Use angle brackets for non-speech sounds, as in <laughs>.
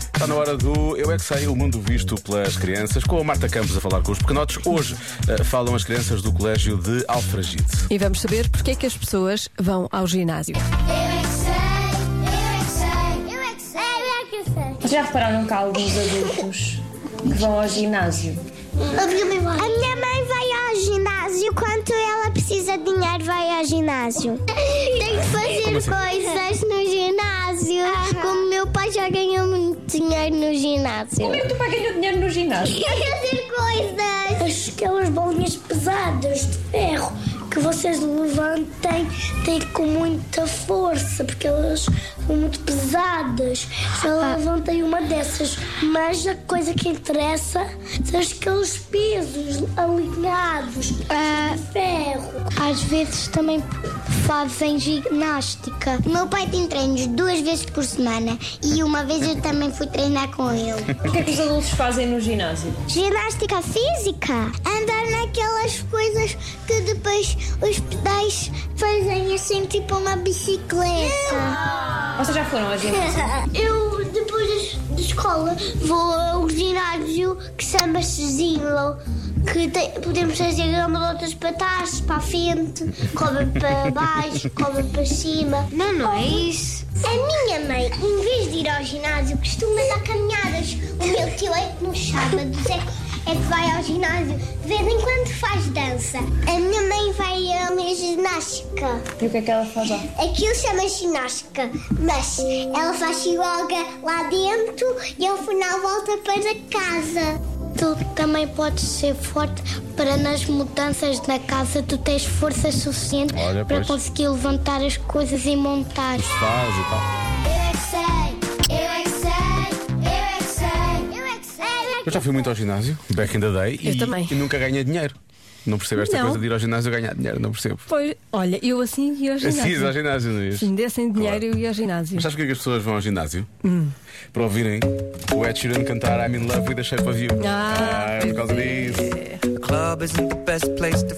Está na hora do Eu É Que Sei, o mundo visto pelas crianças, com a Marta Campos a falar com os pequenotes. Hoje eh, falam as crianças do Colégio de Alfragide. E vamos saber porque é que as pessoas vão ao ginásio. Eu é que sei, eu é que sei, eu é que sei, eu é que sei. Já repararam que há alguns adultos que vão ao ginásio? A minha mãe vai ao ginásio quando ela precisa de dinheiro, vai ao ginásio. Tem que fazer assim? coisas no ginásio. Como meu pai já ganhou muito dinheiro no ginásio. Como é que tu vai ganhar dinheiro no ginásio? Tem que fazer coisas. aquelas bolinhas pesadas de ferro que vocês levantem têm com muita força, porque elas são muito pesadas. Se Ah. elas levantem uma dessas, mas a coisa que interessa são aqueles pesos alinhados de ferro. Ah. Às vezes também fazem ginástica. O meu pai tem treinos duas vezes por semana e uma vez eu também fui treinar com ele. O que é que os adultos fazem no ginásio? Ginástica física? Andar naquelas coisas que depois os pedais fazem assim, tipo uma bicicleta. Vocês já foram ao ginásio? <laughs> Eu, depois da escola, vou ao ginásio que chama-se Zilo, que tem- podemos fazer gramolotas para trás, para a frente, cobra <laughs> para baixo, cobra para cima. Não, não é isso. A minha mãe, em vez de ir ao ginásio, costuma dar caminhadas. O meu tio é que nos sábados é, é que vai ao ginásio. De vez em quando faz dança. A minha mãe vai à minha ginástica. E o que é que ela faz lá? Aquilo chama ginástica, mas ela faz yoga lá dentro e ao final volta para casa. Tu também podes ser forte para nas mudanças na casa tu tens força suficiente Olha, para pois. conseguir levantar as coisas e montar. Faz e tal. Eu é que sei, eu é que sei, eu é que sei, eu é que sei. Eu já fui muito ao ginásio, back in the day, Eu e, também. e nunca ganhei dinheiro. Não percebo esta Não. coisa de ir ao ginásio ganhar dinheiro, não percebo. Pois, olha, eu assim ia ao Sim, ao ginásio. ginásio, não é Se isso? me dessem dinheiro, eu ia ao ginásio. Mas sabes porquê que as pessoas vão ao ginásio? Para ouvirem o Ed Sheeran cantar I'm in love with the shape of you. é Ah, por causa pois é. disso. club isn't the best place to